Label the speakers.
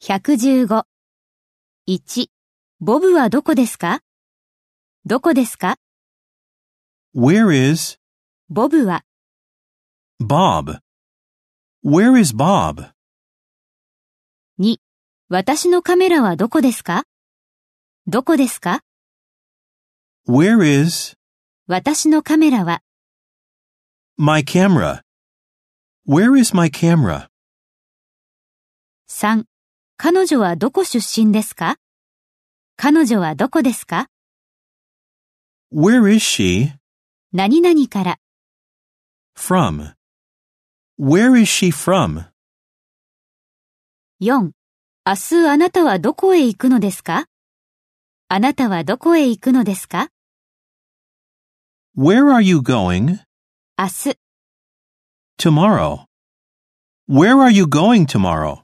Speaker 1: 115。1. ボブはどこですかどこですか
Speaker 2: Where is
Speaker 1: ボブは
Speaker 2: Bob? Where is Bob?
Speaker 1: 2. 私のカメラはどこですかどこですか
Speaker 2: Where is
Speaker 1: 私のカメラは
Speaker 2: my camera? Where is my camera?
Speaker 1: 3. 彼女はどこ出身ですか彼女はどこですか
Speaker 2: Where is she
Speaker 1: 何々から
Speaker 2: from? Where is she from?
Speaker 1: 4. 明日あなたはどこへ行くのですかあなたはどこへ行くのですか
Speaker 2: Where are you going
Speaker 1: 明日
Speaker 2: tomorrow? Where are you going tomorrow?